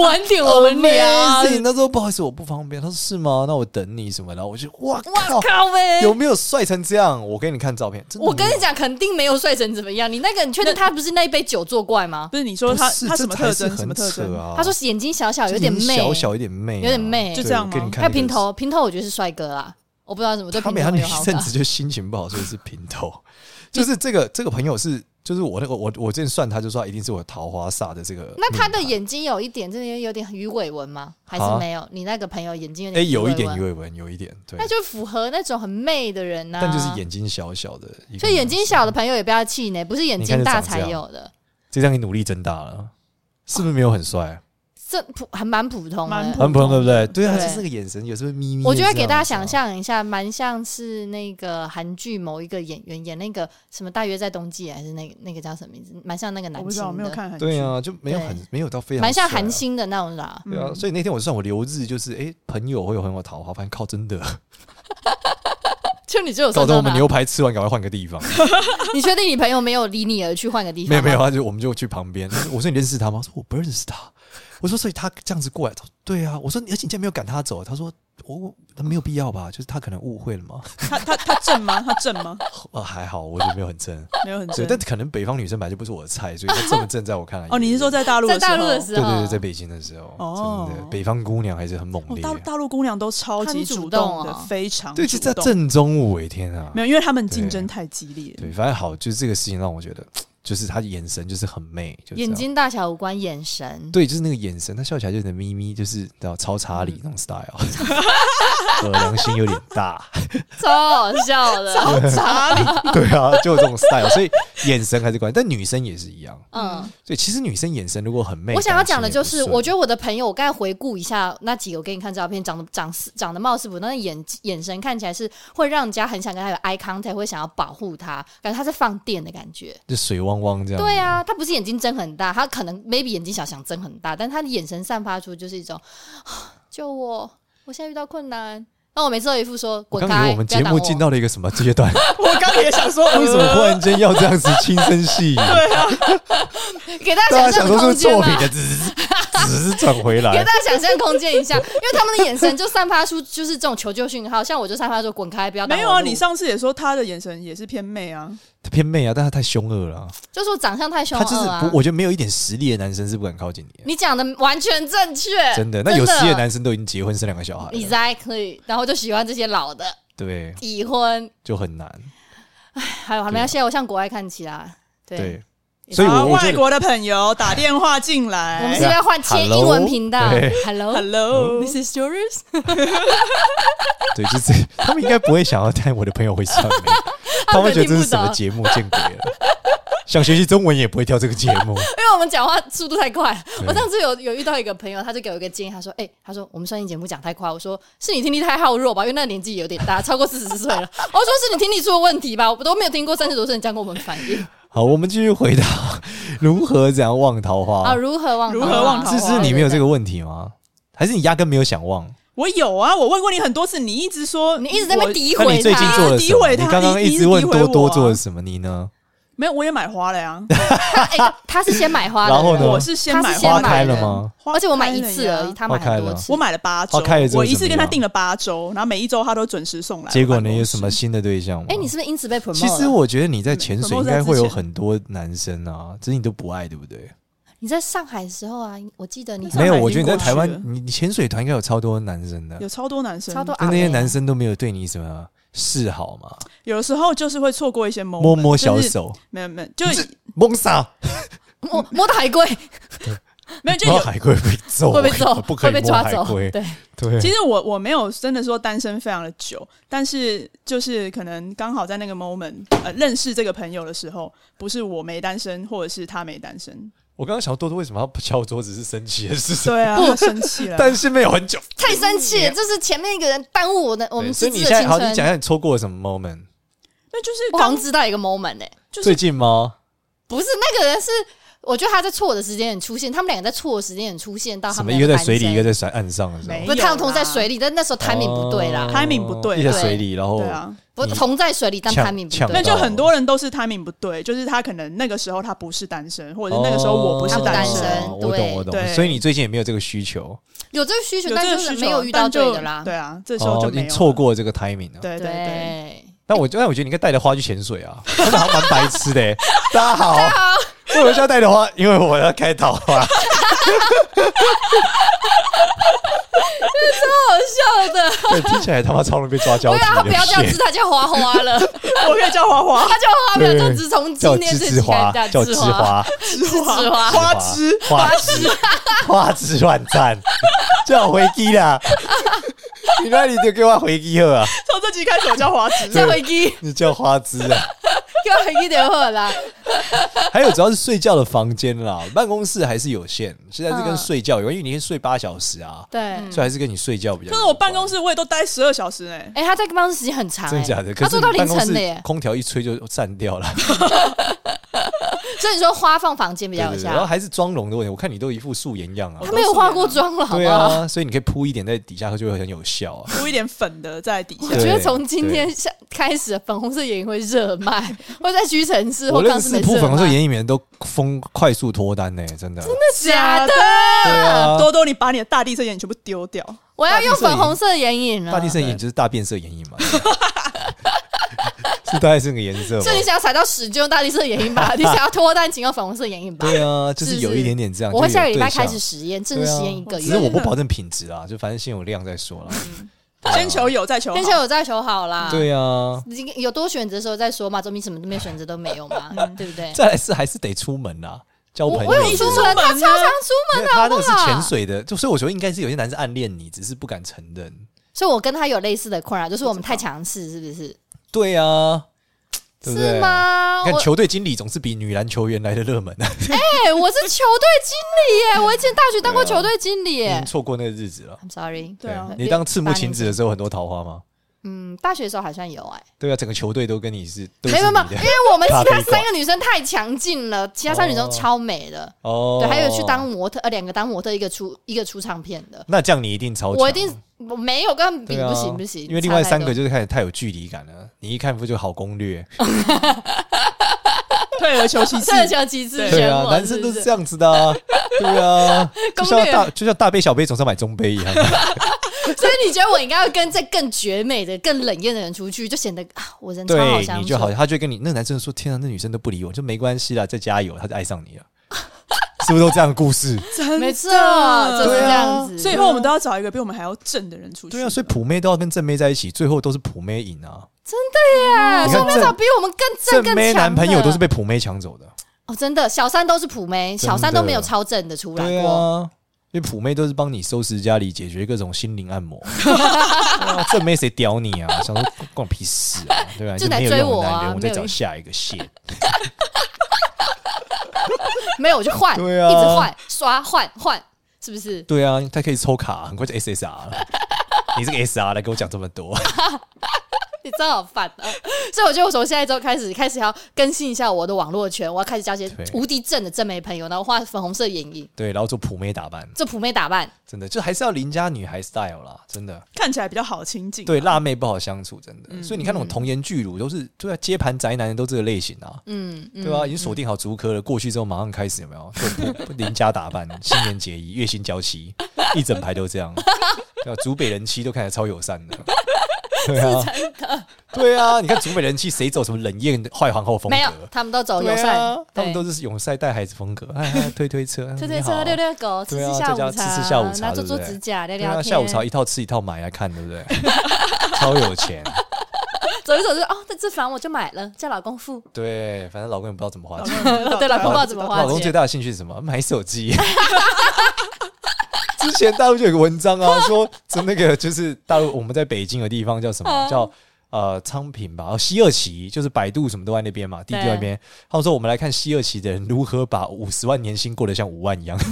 B: 晚点我们聊。
C: Amazing！他说不好意思，我不方便。他说是吗？那我等你什么？然后我就哇靠，
B: 靠呗！
C: 有没有帅成这样？我给你看照片，真的
B: 我跟
C: 没有
B: 你讲，肯定没有帅成怎么样。你那个，你确定他不是那一杯酒作怪吗？
A: 不是你说他
C: 不是
A: 他
C: 这
A: 什么
C: 才
A: 特
C: 是
A: 征？什么
C: 很
A: 特
C: 扯
A: 征？
C: 啊？
B: 他说眼睛小小，有点
C: 就是
B: 媚，
C: 小小有点媚啊，
B: 有点媚
C: 对
A: 就这样
C: 我
A: 吗
C: 给你看
B: 还有
C: 那个
B: 平。头，平头我觉得是帅哥啦，我不知道怎么对
C: 他
B: 平
C: 每
B: 头
C: 他
B: 没
C: 那
B: 有好
C: 一阵
B: 感
C: 子。就心情不好，所以是平 头。就是这个这个朋友是，就是我那个我我之前算他就说他一定是我桃花煞的这个命盘。
B: 那他的眼睛有一点，这边有点鱼尾纹吗？还是
C: 啊
B: 没有？你那个朋友眼睛有
C: 哎
B: 点
C: 有一
B: 尾
C: 点
B: 纹
C: 鱼尾纹，有一点对
B: 那，就符合那种很媚的人呐、
C: 但就是，眼睛小小的一个男生，
B: 所以眼睛小的朋友也不要气馁，不是眼睛大才有的，
C: 这张你努力增大了，是不是没有很帅？
B: 这普还蛮普通的。
A: 蛮普通
C: 很普通，对不对？对啊，
B: 对
C: 就是那个眼神有时候眯眯。
B: 我觉得给大家
C: 啊
B: 想，象一下，蛮像是那个韩剧某一个演员演那个什么《大约在冬季》，还是那个那个叫什么名字？蛮像那个
A: 我
B: 男
A: 不知道，我
B: 星
A: 没有
B: 的，
A: 看很
C: 对啊，就没有很
B: 对
C: 没有到非常
B: 蛮像
C: 帅啊
B: 韩。星嗯的那种啦。
C: 对啊，所以那天我算我留日就是，哎，朋友会有很有桃花，反正靠真的，
B: 就你就有
C: 搞
B: 算
C: 得
B: 到
C: 我们
B: 哪？
C: 牛排吃完，赶快换个地方。
B: 你确定你朋友没有离你而去换个地方？
C: 没有没有，，他就我们就去旁边。我说你认识他吗？他说我不认识他。我说所以他这样子过来，他说对啊。我说而且你竟然没有赶他走，啊他说我我他没有必要吧，就是他可能误会了嘛。
A: 他他他正吗？他正吗？
C: 呃还好，我觉得没有 很正，
A: 没有很
C: 对，
A: 正。
C: 但可能北方女生本来就不是我的菜，所以她这么正，在我看来
A: 哦，你是说在大陆
B: 在大陆
A: 候
B: 的时
C: 对对
B: 候，
C: 对，在北京的时候，
A: 哦
C: 真的北方姑娘还是很猛
A: 哦
C: 烈，啊
A: 大大陆姑娘都超
B: 她
A: 级
B: 们
A: 动
B: 主动
A: 的
B: 哦，
A: 非常
C: 对，
A: 主
C: 就在
A: 动
C: 正中午哎，天啊
A: 没，有，因为他们
C: 对
A: 竞争太激烈了。
C: 对，反正好，就是这个事情让我觉得，就是她眼神就是很媚，就这样
B: 眼睛大小无关，眼神。
C: 对，就是那个眼神，他笑起来就有点眯眯，就是然后超查
B: 嗯
C: 理那种 style，呃，良心有点大，
B: 超好笑的，
A: 查理，
C: 对啊，就有这种 style，所以眼神还是关键，但女生也是一样，
B: 嗯。
C: 所以其实女生眼神如果很媚，
B: 我想要讲的就是，我觉
C: 得
B: 得我的朋友，我刚才回顾一下那几个，我给你看照片，长得长似长得貌似不，但是眼眼神看起来是会让人家很想跟他有 eye contact，会想要保护他，感觉他在放电的感觉。
C: 就水汪汪这样，
B: 对，啊，他不是眼睛睁很大，他可能 maybe 眼睛小，想睁很大，但他的眼神散发出就是一种 啊救我，我现在遇到困难。那我每次都一副说
C: 我
B: 滚
C: 刚以为
B: 开，
C: 我们
B: 不要
C: 节
B: 挡
C: 目进到了一个什么 阶段，
A: 我刚也想说，
C: 为什么忽
A: 呃
C: 然间要这样子轻声细语？
B: 给大
C: 大
B: 家
C: 家
B: 想
C: 想
B: 象
C: 说
B: 空
C: 是
B: 间
C: 作
B: 嘛
C: 品的滋滋滋只是转回
B: 给大
C: 来，
B: 家想象空间一下，因为他们的眼神就散发出就是这种求救讯号，像我就散发出滚开，不要挡
A: 没
B: 我
A: 有啊，
B: 路
A: 你上次也说他的眼神也是偏媚啊，
C: 他偏媚啊，但他太凶恶了啊、
B: 就说长相太凶
C: 他就是
B: 恶啊
C: 不，。我觉得没有一点实力的男生是不敢靠近你的，
B: 你讲的完全正确，
C: 真的。那有实力的男生都已经结婚生两个小孩了，
B: exactly，然后就喜欢这些老的
C: 对，
B: 已婚，
C: 就很难。
B: 还有还没有，现在我向国外看齐啦。对，
C: 对，所以
A: 好
C: 我我觉
A: 啊外
C: 得
A: 国的朋友打电话进
B: 我们
A: 来
B: 是不是要换切英文频道
C: Hello？对
B: ，Hello，This
A: ，Hello，
B: is yours。
C: 对，就是 他们应该不会想要，但我的朋友会上面，他们会觉得这是什么节目，见鬼了！想学习中文也不会跳这个节目，
B: 因为我们讲话速度太快了。
C: 对
B: 我上次有有遇到一个朋友，他就给我一个建议，他说：“哎、他说我们上一节目讲太快。”我说：“是你听力太耗弱吧？因为那个年纪有点大，超过四十岁了。” 我说：“是你听力出了问题吧？我都没有听过三十多岁人讲过我们反应
C: 好，我们继续回答如何怎样望桃
B: 啊，
C: 花。
B: 如何忘
A: 如何忘桃花
C: 这哦是你没有这个问题吗？还是你压根没有想望？
A: 我有啊，我问过你很多次，你一直说
B: 你一直在那边
A: 我
B: 诋
C: 那
B: 毁
C: 你最近
B: 他
C: 做了什
A: 你
C: 么？
A: 诋毁
C: 你
A: 他
C: 刚刚
A: 你
C: 一直问
A: 你诋毁
C: 多多
A: 我啊
C: 做了什么？你呢？
A: 没有，我也买花了呀，
B: 他哎、他是先买花的，
C: 然后呢
A: 我是先
B: 他
A: 买
B: 是先
C: 花
A: 花的
C: 开了
B: 人
C: 吗？
A: 花
B: 而且我买一
A: 开了
B: 次
A: 呀
B: 而已，他买
C: 花开
B: 很多
C: 了
B: 次。
A: 我买了八周
C: 花开了之，后
A: 我一
C: 怎么
A: 次跟他
C: 样
A: 订了八周，然后每一周他都准时送来。
C: 结
A: 我
C: 果
A: 办
C: 呢？
A: 公
C: 有
A: 室
C: 什么？新的对象吗？
B: 哎、你是不是因此被 promote？
C: 其实我觉得你在潜水应该会有
A: 嗯
C: 很多男生啊，只是你都不爱，对不对？
B: 你在上海的时候啊，我记得你
A: 上
C: 没
A: 海
C: 有，
A: 已
C: 我觉
A: 经
C: 得你在
A: 过
C: 台
A: 去
C: 湾
A: 了，
C: 你你潜水团应该有超多男生的，
A: 有超多男生，
B: 超多阿
C: 但那
B: 妹
C: 些
B: 啊
C: 男生都没有对你什么示好嘛，
A: 有的时候就是会错过一些 moment，
C: 摸摸小
A: 哦就是
C: 手，
A: 没有没有，就是
C: 蒙啥？
B: 摸摸到海龟
A: 没有就
C: 摸
A: 有。
C: 海龟被揍，啊
B: 会被揍，
C: 不可
B: 会
C: 以
B: 被
C: 摸
B: 抓
C: 海
B: 走。
C: 龟。
B: 对，
C: 对，
A: 其实我我没有真的说单身非常的久，但是就是可能刚好在那个 moment 呃认识这个朋友的时候，不是我没单身，或者是他没单身，
C: 我刚刚想多多为什么要敲桌子是生气的事情，
A: 对啊，他生气了。
C: 但是没有很久。
B: 太生气了，就是前面一个人耽误我的我们
C: 对所
B: 自
C: 以你
B: 己
C: 现
B: 的
C: 在
B: 青
C: 好，你讲一
B: 春。
C: 下你错过了什么 moment？
A: 那就是
B: 我好
A: 刚
B: 像知道一个 moment 哎、
A: 就是
C: 最近吗？
B: 不是那个人是，我觉得他在错的时间点出现，他们两个在错的时间点出现，到啊他
C: 什
B: 们
C: 么一个
B: 两
C: 在
B: 个
C: 水里，一个
B: 单身
C: 在水岸上的时
A: 没
C: 候哦
A: 有。
B: 不是他们同时在
A: 啦
B: 水里，但那时候 timing 不对啦，
A: timing 不对
C: 一个
B: 对
C: 在水里，然后
A: 对啊，
C: 哦
B: 不是同在水里，但
C: 呛
B: timing 不
C: 呛
B: 对，
A: 那就
C: 到
A: 很多人都是 timing 不对，就是他可能那个时候他不是单身，或者是那个时候我不是
B: 他不
A: 单
B: 单身
C: 哦我懂
B: 对
C: 我懂。
A: 对
C: 所以你最近也没有这个需求，
B: 有这个需求，
A: 有
B: 但
A: 这个
B: 就
A: 需
B: 是
A: 求
B: 没有遇到
A: 但
B: 对
A: 就
B: 的啦。
A: 对啊，这时候
C: 哦
A: 就，没
C: 你
A: 有
C: 错
A: 了，
C: 过这个 timing 了。
A: 对对对，
B: 对，
C: 但我但我觉得你应该带着花去潜水啊，真的好像蛮白痴的欸。大家好，为什么要带着花？因为我要开啊桃花。
B: 好笑的。
C: 对，听起来他妈超容易被抓交
B: 我
C: 替
B: 要他
C: 的。
B: 不要叫
C: 谢
B: 枝，他叫花花 了，
A: 我可以叫花花
B: 他叫花花，没有叫
C: 对
B: 枝，从今
C: 叫
B: 天
C: 枝
B: 这
C: 枝
B: 集开
C: 花
B: 始，
C: 叫
B: 枝
C: 枝，花，
A: 枝
B: 枝 花
A: 花枝，
C: 花枝，花枝乱颤，叫我回击啦！你那你就给我回击了啊！
A: 从这集开始我叫花枝，
B: 叫回去，
C: 你叫花枝啊！
B: 叫回去点好啦。
C: 还有主要是睡觉的房间啦，办公室还是有限，现在是跟睡觉有关，因为你一天睡八小时啊，
B: 对，
C: 所以还是跟你睡觉比较有关。
A: 可是我办公室我也都待十二小时哎，
B: 哎，他在办公室时间很长，
C: 真
B: 哎
C: 的假的？可
B: 他做
C: 是你
B: 到凌
C: 办公室
B: 晨的耶。
C: 空调一吹就散掉了，
B: 所以你说花放房间比
C: 对对
B: 较有
C: 对。
B: 效
C: 然后。还是妆容的问题，我看你都一副素颜样啊
A: 我。
B: 他没有化过妆了，好
C: 对
B: 不好？
C: 啊，所以你可以铺一点在底下，就会很有效啊。
A: 敷一点粉的在底
B: 我
A: 下
C: 对。
B: 觉得从今天下开始，粉红色眼影会热卖，或者在屈臣氏
C: 我
B: 或
C: 认
B: 康斯
C: 识
B: 美
C: 铺
B: 热
C: 粉红色
B: 卖
C: 眼影的人都疯快速脱单呢、真的。真的
B: 假的，
C: 对啊，
A: 多多，你把你的大地色眼全部丢掉，
B: 我要用粉红色眼影了
C: 大。地色眼影就是大变色眼影 嘛，是大概是个颜色嘛
B: 所以。你想要踩到屎就用大地色眼 影吧，你想要脱单请用粉红色眼影吧。
C: 对啊，就是
B: 是
C: 有一点点这样。
B: 我会
C: 就是有
B: 下个礼拜
C: 对象
B: 开始实验，正
C: 对
B: 式
C: 啊
B: 实验一个
C: 只是
B: 月。
C: 我不保证品质啊，就反正先有量再说啦。对啊
A: 先求有再求好
B: 先。前有再求好啦，，
C: 对啊，
B: 有多选择的时候再说嘛，总比什么都没有选择都没有嘛，对不对？
C: 再来是还是得出门啦，交
B: 我
C: 朋友。
B: 欸我有出
C: 没
B: 门，啊他超常出门，
C: 有他那个是
B: 好不好
C: 潜水的，就所以我觉得应该是有些男生暗恋你，只是不敢承认。
B: 所以我跟他有类似的困扰，就是我们太强势，是不是？
C: 对啊，对不对？
B: 是吗？
C: 你看
B: 我
C: 球队经理总是比女篮球员来的热 门啊，
B: 哎，我是球队经理耶，我以前大学当过球队经理
C: 已
B: 耶
C: 经。错过那个日子了。
B: I'm sorry，
A: 对啊
C: 你当赤木晴子的时候，很多桃花吗？
B: 嗯，大学的时候好像有哎，
C: 对啊，整个球队都跟你是，都是
B: 没有没哎有，
C: 你
B: 因
C: 的
B: 为我们其他
C: 咖啡馆
B: 三个女生太强劲了，其他三个女生
C: 哦
B: 超美的，
C: 哦。
B: 对，还有去当，模特，呃，两个当模特，一个出一个出唱片的，
C: 那这样你一定超强，哦
B: 我一定我没有跟比
C: 对啊
B: 不行不行，
C: 因为另
B: 差
C: 外
B: 太
C: 三
B: 多
C: 个就是开始太有距离感了，你一看不就好攻略？
A: 退而求其次
B: 啊退。而求其次，
C: 对
B: 选
C: 啊，
B: 我
C: 男生
B: 是
C: 都
B: 不
C: 是
B: 是
C: 这样子 的啊，对啊，就
B: 攻
C: 像
B: 略
C: 大就像大杯小杯总是买中杯一 样，
B: 所以你觉得我应该要跟这更绝美的、更冷艳的人出去，就显得啊，我人超好
C: 对
B: 相处。
C: 你就好，他就会跟你那个男生说：“天啊，那女生都不理我，就没关系啦，再加油，他就爱上你了。” 是不是都这样的故事？
A: 真
B: 没错，
A: 的
B: 就是
C: 对
B: 这
C: 啊
B: 样子。
A: 所以以后我们都要找一个比我们还要正的人出去。
C: 对啊，所以普妹都要跟正妹在一起，最后都是普妹赢啊。
B: 对，
C: 你看
B: 说明
C: 正
B: 找比我们更正、
C: 正
B: 更强
C: 妹
B: 的
C: 男朋友都是被普妹抢走的。
B: 哦，真的，小三都是普妹，
C: 真的
B: 小三都没有超正的出来
C: 对
B: 过。
C: 啊，因为普妹都是帮你收拾家里，解决各种心灵 按摩。对啊正妹谁屌你啊？想说关我屁事啊？对啊，
B: 就
C: 就
B: 来
C: 没有
B: 追
C: 用
B: 我
C: 的
B: 啊
C: 男人，我
B: 没
C: 再
B: 有
C: 找
B: 用
C: 下一个谢。
B: 没有我就换，
C: 对啊
B: 一直换刷换换，是不是？
C: 对啊，他可以抽卡，很快就 SSR 了。 你这个 SR 来跟我讲这么多，
B: 你真好烦啊！所以我觉得我从现在之后开始，开始要更新一下我的网络圈，我要开始交一些
C: 对
B: 无敌正的正妹朋友，然后画粉红色眼影，
C: 对，然后做普妹打扮，
B: 做普妹打扮。
C: 真的就还是要邻家女孩 style 啦，真的。
A: 看起来比较好亲近。
B: 啊
C: 对，辣妹不好相处，真的。
B: 嗯
C: 所以你看那种童颜巨乳，都是对啊，接盘宅男人都这个类型啊，
B: 嗯，嗯
C: 对吧、已经锁定好足科了，过去之后马上开始有没有？就不 邻家打扮，新年结衣，月薪娇妻， 一整排都这样。对啊，竹北人妻都看起来超友善 的。对啊，对啊，你看竹北人妻谁走什么冷艳坏皇后风格？
B: 没有，他们都走哦友
C: 对
B: 善，
C: 啊，他们
B: 对
C: 都是永晒带孩子风格，哎哎，推推 车，
B: 推
C: 你
B: 推
C: 好
B: 车、遛遛狗、吃
C: 对
B: 吃
C: 啊
B: 下
C: 在家
B: 午茶，
C: 吃吃下午茶
B: 然后做
C: 对不
B: 做
C: 对
B: 指甲、聊
C: 对
B: 聊
C: 啊，
B: 天。
C: 下午茶一套吃一套买来看，对不对？ 超有钱，
B: 走一走就哦，这这房我就买了，叫老公付。
C: 对，反正老公也不知道怎么花
A: 老
C: 钱。
A: 公不知道，
B: 对老公不知道
A: 道
B: 怎么花
C: 老公
B: 钱
C: 最大的兴趣是什么？买手机。 之前大陆就有个文章啊，说说那个就是大陆我们在北京的地方叫什
B: 嗯
C: 么？叫呃昌平吧，哦西二旗，就是百度什么都在那边嘛，地
B: 对
C: 标那边。他们说我们来看西二旗的人如何把五十万年薪过得像五万一样。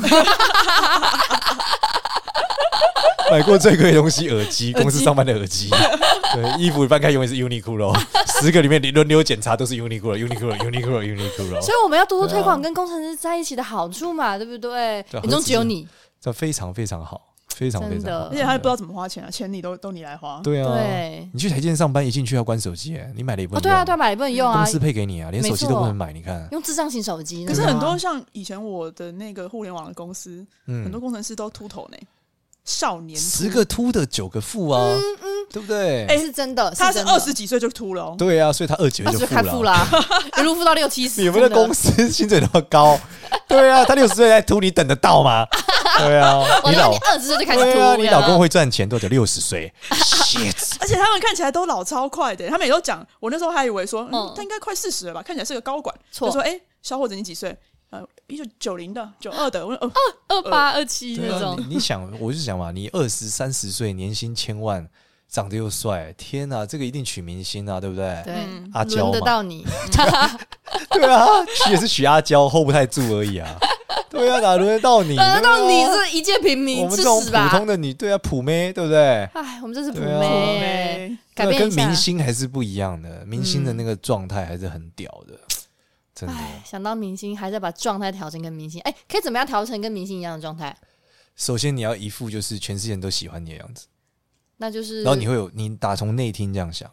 C: 买过最贵的东西，耳机，公司上班的耳机。对，衣服翻开永远是 Uniqlo，十个里面轮流检查都是 Uniqlo，Uniqlo，Uniqlo，Uniqlo。
B: 所以我们要多多
C: 对啊
B: 推广跟工程师在一起的好处嘛，对不对？
C: 对啊
B: 眼中只有你，
C: 这非常非常好，非常非
B: 真
C: 常
B: 的
C: 好。
A: 而且他也不知道怎么花钱啊，钱你都都你来花。
C: 对啊，
B: 对。
C: 你去台积电上班，一进去要关手机耶，你买了也不
B: 哦，
C: 能
B: 对
C: 用、
B: 啊，对啊，买了不能用啊
C: 公，司配给你啊，连手机
B: 没
C: 都
B: 错
C: 不能买，你看，
B: 用智障型手机。
A: 可是
B: 对啊
A: 很多像以前我的那个互联网的公司，很多
C: 嗯，
A: 工程师都秃头呢，少年秃
C: 十个秃的九个富啊，
B: 嗯
C: 对不对？
A: 哎
B: 是真的，
A: 他是
B: 真的
A: 二十几岁就秃了哦，
C: 对啊，所以他二九
B: 二
C: 就
B: 十就
C: 富
B: 开付
C: 了啊。
B: 啦， 一路付到六七十。
C: 你们的
B: 真
C: 公司薪水那么高，对啊，他六十岁才秃，你等得到吗？对啊，
B: 我
C: 你
B: 让
C: 老
B: 你二十岁就开始
C: 对啊，
B: 吐，
C: 你
B: 了。
C: 老公会赚钱多久？六十岁，shit，
A: 而且他们看起来都老超快的，他们也都讲，我那时候还以为说，
B: 嗯
A: 嗯，他应该快四十了吧，看起来是个高管，
B: 错
A: 就说，哎，小伙子你几岁？呃，一九九零的，九二的，我说，哦，
B: 二八二七
C: 对
B: 那
C: 啊，
B: 种，
C: 你你想，我就想嘛，你二十三十岁，年薪千万，长得又帅，天哪、这个一定娶明星啊，对不对？
B: 对
A: 嗯，
C: 阿娇
B: 轮得
C: 嘛，
B: 到 你。
C: 对啊，娶也是娶阿娇，hold 不太住而已啊。对啊，哪轮得到你？
B: 轮得到你
C: 对啊
B: 是一介平
C: 我
B: 民，
C: 们
B: 吃
C: 这种
B: 屎
C: 普
B: 吧
C: 通！的女，对啊，普妹，对不对？
B: 哎，我们这是普
C: 对啊
B: 妹耶，
A: 没
B: 改
C: 对啊
B: 变一
C: 跟
B: 下嗯
C: 明。星还是不一样的，明星的那个状态还是很屌的，真的。
B: 哎，想到明星，还在把状态调成跟明星。哎，可以怎么样调成跟明星一样的状态？
C: 首先你要一副就是全世界人都喜欢你的样子，
B: 那就是，
C: 然后你会有你打从内心这样想，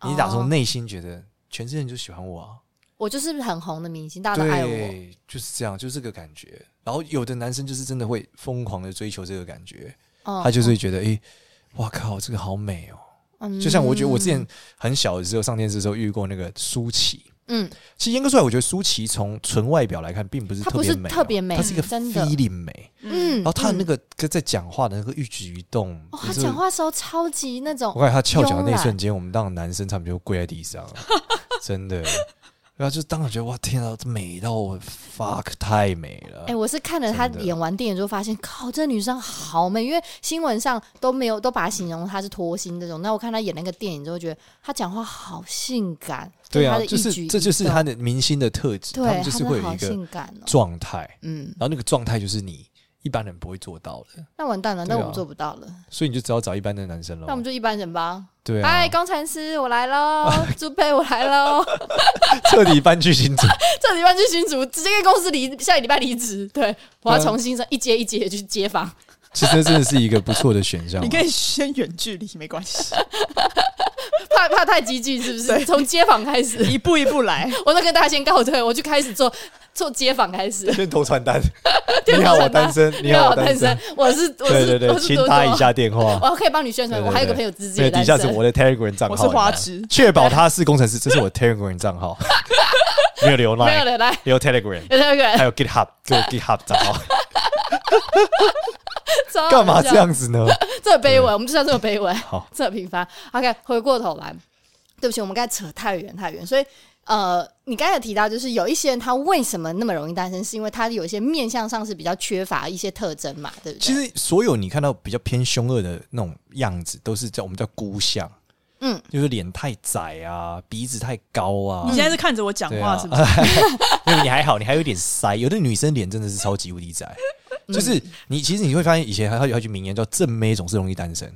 B: 哦
C: 你打从内心觉得全世界人就喜欢我啊。
B: 我就是很红的明星，大家都爱我。
C: 对，就是这样，就是这个感觉。然后有的男生就是真的会疯狂的追求这个感觉，
B: 嗯
C: 他就是会觉得，诶，哇靠，这个好美哦！
B: 嗯
C: 就像我觉得我之前很小的时候上电视的时候遇过那个舒淇，
B: 嗯，
C: 其实严格说来，我觉得舒淇从纯外表来看，并不是
B: 她
C: 特
B: 不
C: 别
B: 是
C: 美哦，
B: 特别美
C: 她是一个
B: 真的
C: feeling 美。
B: 嗯，
C: 然后她的那
B: 嗯
C: 个跟在讲话的那个一举一动，
B: 哦，
C: 就
B: 他
C: 是
B: 讲话的时候超级那种
C: 我感觉他翘脚的那一
B: 慵
C: 瞬
B: 懒
C: 间，我们当男生差点就跪在地上 了，真的。然后就当时觉得哇，天啊，这美到我 fuck 太美了
B: 哎、。我是看了她
C: 真的
B: 演完电影之后发现，靠，这女生好美，因为新闻上都没有都把她形容她是脱星这种。那我看她演那个电影之后，觉得她讲话好性感，
C: 对啊
B: 她的，一
C: 就是
B: 举一
C: 这就是
B: 动
C: 他，的明星的特质，他
B: 对，
C: 们就
B: 她
C: 是会
B: 真的
C: 有
B: 好
C: 一个
B: 性感哦。
C: 状态，
B: 嗯，
C: 然后那个状态就是你一般人不会做到的，
B: 那完蛋了，
C: 对
B: 那
C: 啊
B: 我们做不到了，
C: 所以你就只好找一般的男生
B: 那我们
C: 喽。
B: 就一般人吧。
C: 对啊
B: 嗨，，工程师，我来 喽，朱佩，我来喽。
C: 彻底搬去新组，
B: 这礼拜去新竹，直接跟公司离，下个礼拜离职。对，我要
C: 对啊
B: 重新再一阶一阶地去接访。
C: 其实真的是一个不错的选项 哦
A: 你。可以先远距离没关系，
B: 怕怕太激进是不是？
A: 对
B: 从街访开始，
A: 一步一步 来。
B: 我都跟大家先告退，我就开始做做街访开始。
C: 先投传 单。
B: 电
C: 你
B: 脑
C: 好，我
B: 传单
C: 单 身。 你好，我单身。，
B: 我是我
C: 对
B: 是
C: 对对，
B: 我是
C: 亲
B: 多
C: 他
B: 多
C: 一下电话。
B: 我可以帮你宣
C: 对
B: 传，
C: 对
B: 我还有个
C: 对
B: 朋友自己
C: 对，
B: 也
C: 底
B: 单
C: 下是
B: 身。
C: 我的 Telegram 账号，
A: 我是花
C: 你知
A: 痴
C: 道确保他是工程师，这是我 Telegram 账号，没有留
B: 没有
C: Line，
B: 的，来，
C: 留 Telegram，
B: 有那个
C: 还有 GitHub，给我 GitHub 账号，
B: 哦超好
C: 干嘛
B: 笑
C: 这样子呢？
B: 这么卑微，我们就是要这么卑微，
C: 好，
B: 这么平凡。OK，回过头来，对不起，我们刚才扯太远太远，所以呃，你刚才有提到，就是有一些人他为什么那么容易单身，是因为他有一些面相上是比较缺乏一些特征嘛，对不对？
C: 其实所有你看到比较偏凶恶的那种样子，都是叫我们叫孤相，
B: 嗯，
C: 就是脸太窄啊，鼻子太高啊
A: 你，现在是看着我讲
C: 对
A: 话
C: 啊
A: 是 不是？
C: 因为你还好，你还有一点腮，有的女生脸真的是超级无敌窄，
B: 嗯
C: 就是你其实你会发现以前还有一句名言叫“正妹总是容易单身”，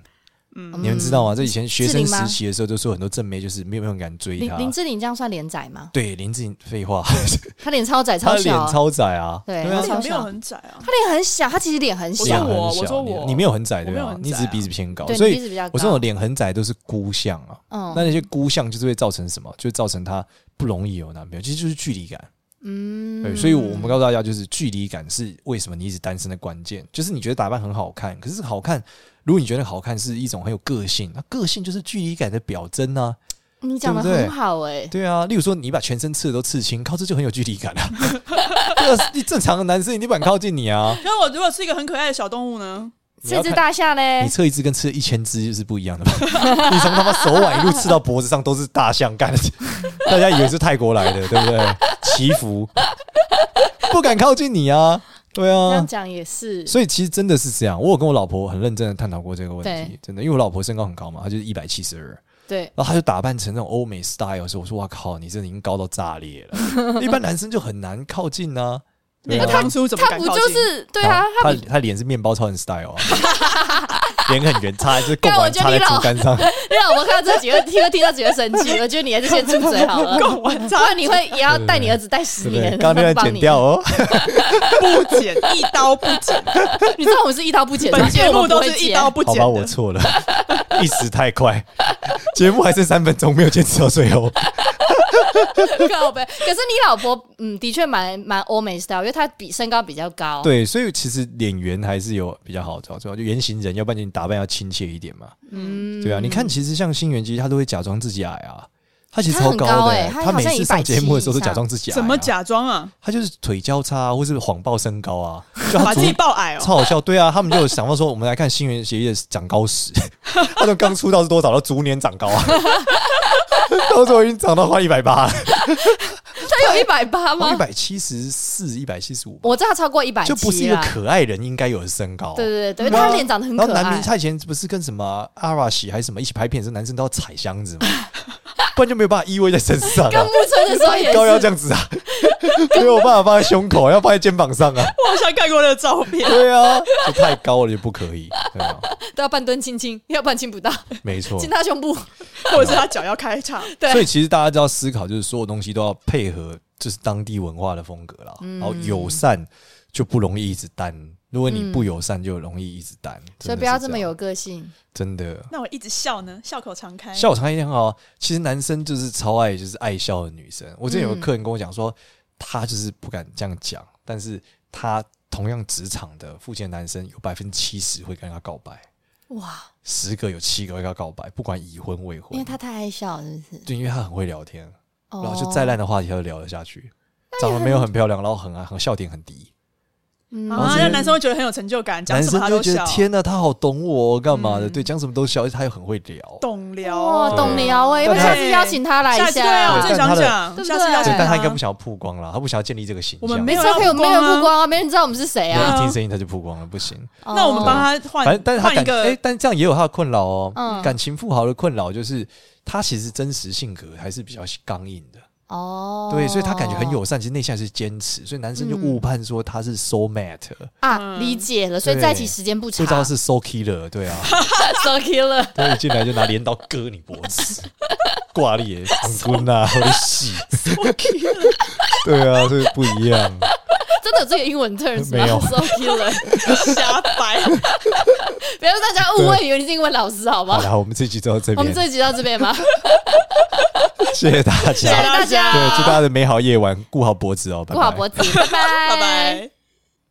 B: 嗯
C: 你们知道吗？这以前学
B: 志
C: 生
B: 玲吗
C: 时期的时候，就说很多正妹就是没有没有人敢追
B: 林
C: 她。
B: 林志玲这样算脸窄吗？
C: 对，林志颖废话，
B: 她脸超窄
C: 她
B: 超
C: 脸
B: 小啊，
C: 超窄啊，
B: 对
A: 我
C: 啊
B: 她
A: 脸
B: 超
A: 没有
B: 小，
A: 很窄啊，
B: 她脸很小，她其实脸很
A: 我
B: 小，
C: 脸
A: 说
C: 很
A: 我
C: 小
A: 我说我
C: 你你没有很窄
A: 我
C: 对
A: 没有
C: 吧
A: 很？窄啊
C: 你只是鼻子偏高，
B: 对，
C: 所
B: 你鼻
C: 以
B: 子比较高。
C: 我说我脸很窄都是孤相啊。
B: 嗯
C: 那那些孤相就是会造成什么？就造成她不容易有男朋友，其实就是距离感。
B: 嗯
C: 对，所以我们告诉大家，就是距离感是为什么你一直单身的关键。就是你觉得打扮很好看，可是好看，如果你觉得好看是一种很有个性，那个性就是距离感的表征啊。
B: 你讲的
C: 对不对
B: 很好哎、
C: 对啊，例如说你把全身刺都刺青，靠这就很有距离感啊。 对啊，你正常的男生一定不敢靠近你啊。
A: 可是我如果是一个很可爱的小动物呢？
C: 你
B: 这
C: 要
B: 只
C: 看
B: 大象嘞
C: 你，测一只跟吃一千只就是不一样的嘛。 你从他妈手腕一路吃到脖子上都是大象干的，大家以为是泰国来的，对不对？祈福不敢靠近你啊，对
B: 这
C: 啊
B: 样。讲也是。
C: 所以其实真的是这样，我有跟我老婆很认真的探讨过这个问题
B: 对，
C: 真的，因为我老婆身高很高嘛，她就是一百七十二，
B: 对，
C: 然后她就打扮成那种欧美 style 的时候，我说哇靠，你真的已经高到炸裂了，一般男生就很难靠近啊。对
A: 那
C: 啊
A: 个当初怎么
B: 他
A: 敢
B: 不
A: 靠
B: 就
A: 近？
B: 是 对啊？
C: 他他脸是面包超人 style 啊，脸很圆，插就是贡
B: 啊干我
C: 丸
B: 觉得
C: 插在
B: 你老
C: 竹竿上。
B: 让我们看到这几个听听到几个神器，我觉得你还是先住嘴 好了，
A: 够完
B: 不
A: 差
B: 然你会也要带你儿子带十
C: 对不对
B: 年？，
C: 刚刚那段
B: 帮
C: 剪
B: 你
C: 掉。哦。
A: 不剪，一刀不剪，
B: 你知道我们是一刀不剪吗，
A: 本
B: 因为
A: 节
B: 我
A: 目
B: 们不
A: 都
B: 会
A: 是一
B: 剪。
A: 刀不
C: 好
A: 剪
C: 吧，我
A: 的。
C: 错了， 一时太快，节目还剩三分钟，没有坚持到最后。
B: 哦靠背。可是你老婆嗯，的确蛮蛮欧美 style，因为她比身高比较高。
C: 对，所以其实脸圆还是有比较好找，主要就圆形人，要不然你打扮要亲切一点嘛。
B: 嗯，
C: 对啊，你看，其实像新垣结衣，她都会假装自己矮啊，她其实
B: 她
C: 超
B: 很
C: 的
B: 高
C: 欸，
B: 欸她
C: 她每
B: 好像
C: 次上
B: 170
C: 节目的时候都
B: 以上
C: 假装自己矮，
A: 怎么？假装啊？
C: 她就是腿交叉啊或是谎报身 高啊，就她
A: 把
C: 昨
A: 自己抱矮哦，
C: 超好笑，对啊，他们就有想到说，我们来看新垣结衣的长高史， 他说刚出道是多少，到逐年长高啊， 到最后已经长到快一百八了，
B: 啊她有一百八吗
C: 哦一？百七十四、一百七十五，
B: 我知道她超过一百
C: 就不是一
B: 七
C: 个
B: 啦。
C: 可爱人应该有的身高。
B: 啊对对对，因为
C: 对啊
B: 她脸长得很
C: 然后
B: 可
C: 男
B: 爱
C: 明。他以前不是跟什么阿拉西还是什么一起拍片的时候，男生都要踩箱子嘛， 不然就没有办法依偎在身上啊
B: 刚。木村的 时候也
C: 高腰
B: 是
C: 这，样子啊，没有办法放在胸口，要放在肩膀上啊。
A: 我好像看过那个照片。
C: 对啊，就太高了就不可以。对啊，
B: 都要半蹲亲亲，要不然亲不到，
C: 没错。
B: 亲她胸部。
A: 或者是他脚要开叉，
B: 对
C: 所以其实大家就要思考，就是所有东西都要配合，就是当地文化的风格啦。
B: 嗯
C: 然后友善就不容易一直单，如果你不友善就容易一直单。
B: 嗯所
C: 真的
B: 以
C: 是
B: 不要
C: 这
B: 这么
C: 样
B: 有，嗯个性。
C: 真的。
A: 那我一直笑呢，笑口常开。
C: 笑场也很好啊，其实男生就是超爱就是爱笑的女生。我之前有个客人跟我讲说，他就是不敢这样讲，但是他同样职场的附近的男生有百分之七十会跟他告白，
B: 哇，
C: 十个有七个会跟他告白，不管已婚未婚，
B: 因为她太爱笑，是哦不是？
C: 对，因为他很会聊天。
B: 然
C: 然后就再烂的
A: 哦
C: 话题他都聊得下去。长得没有很漂亮，然后很啊很笑点很低，
B: 嗯
A: 啊，
C: 这
A: 那
C: 些
A: 男生会觉得很有成就感，讲
C: 男
A: 什么
C: 生
A: 他
C: 就
A: 都
C: 会觉
A: 笑嗯
C: 得，天呐，他好懂我哦干嘛的？对，讲什么都笑，而且他又很会聊。
A: 懂聊
B: 哇，
A: 哦，
B: 懂聊哎，
C: 对
B: 要不要下次邀请他来
A: 下
B: 一
A: 次对啊，我
C: 对
A: 最想讲，啊
B: 但他
A: 下
B: 的
A: 次要
B: 对
C: 对
A: 请，
C: 但他应该不想要曝光了，他不想要建立这个形
A: 我
C: 象。
A: 们
B: 没
A: 没有
B: 事，可以
A: 要
B: 有
A: 曝
B: 没
A: 光啊
B: 人曝光啊，没人知道我们是谁
C: 对
B: 啊。
C: 一听声音他就曝光了，不行。
A: 那我们
B: 哦
A: 帮他换，
C: 反正，但是他
A: 换一
C: 感哎
A: 个，
C: 但这样也有他的困扰哦。
B: 嗯
C: 感情富豪的困扰就是他其实真实性格还是比较刚硬的，
B: 哦，
C: 对，所以他感觉很友善，其实内心还是坚持，所以男生就
A: 嗯
C: 误判说他是 soul mate，
B: 啊，理解了，所以在一起时间不
C: 不
B: 长，
C: 知道是 soul killer，对啊。
B: so killer。
C: 对，进来就拿镰刀割你脖子， 挂历， 滚啊，好戏。对啊，所以不一样。
B: 真的有这个英文 terms 吗
C: 没 有
B: s o
C: 哎
B: killer，
A: 瞎 掰。
B: 不要让大家误会，以为你是英文老师，好不
C: 好
B: 好？
C: 了，我们这集就到这
B: 我
C: 边
B: 们，这一集到这边吧，
C: 谢谢大
B: 谢谢
C: 家，
B: 大家，
C: 对，祝大家的美好夜晚，顾好脖子哦，拜
B: 顾好
C: 拜
B: 脖子，拜拜，
A: 拜拜。